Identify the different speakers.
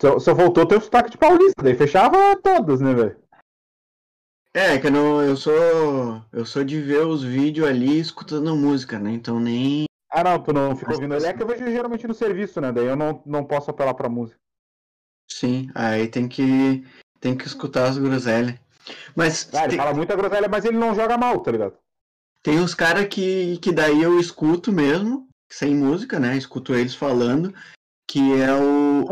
Speaker 1: Só, só voltou ter o sotaque de paulista, daí fechava todos, né, velho?
Speaker 2: É, que eu não, eu sou. Eu sou de ver os vídeos ali escutando música, né? Então nem.
Speaker 1: Ah, não, tu não ficou ouvindo. ele. É que eu vejo geralmente no serviço, né? Daí eu não, não posso apelar pra música.
Speaker 2: Sim, aí tem que. Tem que escutar as groselhas. Mas
Speaker 1: Ah, ele
Speaker 2: te-
Speaker 1: fala muita groselha, mas ele não joga mal, tá ligado?
Speaker 2: Tem uns caras que, que daí eu escuto mesmo, sem música, né? Escuto eles falando, que é o,